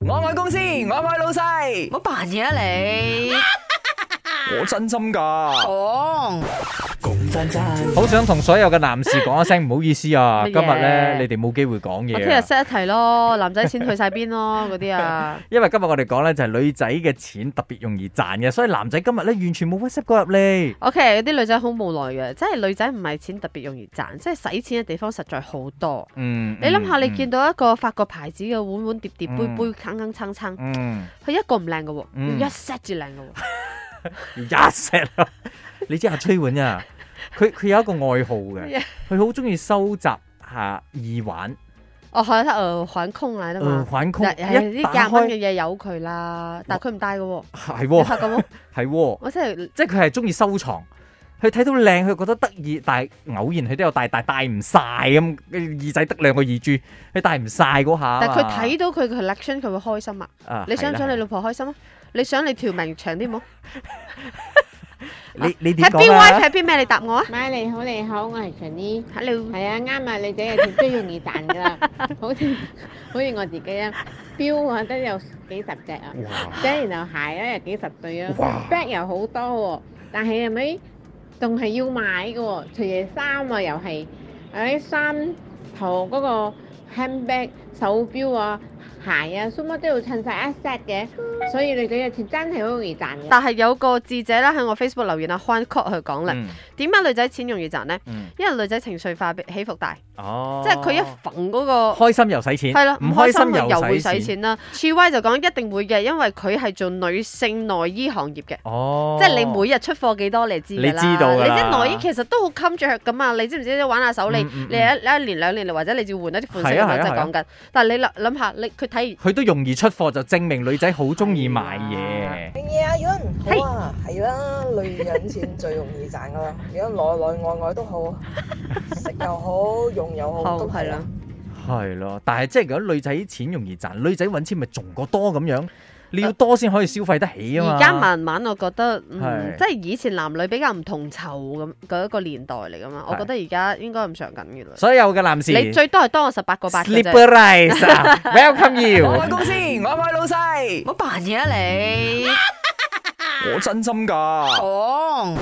我愛公司，我愛老細唔，好扮嘢啊你！我真心嗯㗎。講好想同所有嘅男士講一聲唔好意思 啊，乜嘢今日咧你哋冇機會講我聽日嘢啊， set 一題咯，男仔錢去晒邊咯， 嗰啲啊，因為今日我哋講咧就係女仔嘅錢特別容易賺嘅，所以男仔今日咧完全冇 WhatsApp 過入嚟。 OK，有啲女仔好無奈嘅，即係女仔唔係錢特別容易賺，即係使錢嘅地方實在好多。嗯，你諗下，嗯你見到一個法國牌子嘅碗碗碟碟杯嗯杯坑坑撐撐，嗯 佢一個唔靚嘅喎，嗯要一 set 至靚嘅喎。要一 set 啊！你知阿崔允啊，佢佢有一個愛好嘅 Yeah，佢好中意收集下耳環、哦，係得誒環空嚟耳啦嘛，環嗱係嗯曲，一啲打廿蚊嘅開嘢由佢啦，但係佢唔戴嘅喎，係你喎發覺冇？係喎，我真係即係佢係中意收藏。佢睇到靚，佢覺得得意，但係偶然佢都有戴，但係戴唔晒咁，耳仔得兩個耳珠，佢戴唔晒嗰下啊嘛。但係佢睇到佢嘅 collection，佢會開心啊！啊，你想唔想你老婆開心啊？你想你條命長啲冇係啦你你點？Happy 講 wife 啊？ happy 咩？你答我啊咪你好，你好，我係 Jenny。 ！Hello，係啊，啱啊，女仔嘅錢最容易賺㗎啦，好似好似我自己啊，錶我都有幾十隻啊，哇！即係然後鞋咧有幾十對啊哇，bag 又好多喎、但係係咪仲係要買嘅喎、除咗衫啊，又係誒衫同嗰個 handbag、手錶啊、鞋啊，乜都要襯晒一 set 嘅，所以女仔嘅錢真係好容易賺嘅。但係有個智者咧喺我 Facebook 留言啊 h u a n c o t 佢講啦，嗯點解女仔錢容易賺呢？嗯，因為女仔情緒化起伏大，哦，即係佢一揈嗰個。開心又使錢，係啦，唔唔開開心心又又會使使錢。錢啦。T Y 就講一定會嘅，因為佢係做女性內衣行業嘅，哦，即係你每日出貨幾多，你知㗎啦你知道㗎你即啦係內衣其實都好襟着噶嘛，你知唔知？玩下手你嗯嗯你一一年兩年，或者你要換一啲款係式啊咁係啊樣，即係係啊講緊。但係你諗諗下，你佢睇佢都容易出貨，就證明女仔好中意買嘢。正嘢啊，Yun，好啊，係啦，女人錢最容易 賺噶啦，如果內內外外都好，食又好，用又好，好都係係啦啦。。係咯，但係即係如果女仔錢容易賺，女仔揾錢咪仲過多咁樣，你要多先可以消費得起啊嘛。而家慢慢，我覺得，嗯，係即係以前男女比較唔同酬咁嗰一個年代嚟噶嘛，我係覺得而家應該唔上緊嘅啦。所有嘅男士你最多係多我十八個八嘅啫 Sleeper Rise 啊 ，Welcome 我愛 you。公司，我愛老細唔，好扮嘢啊你！嗯我真心㗎。講。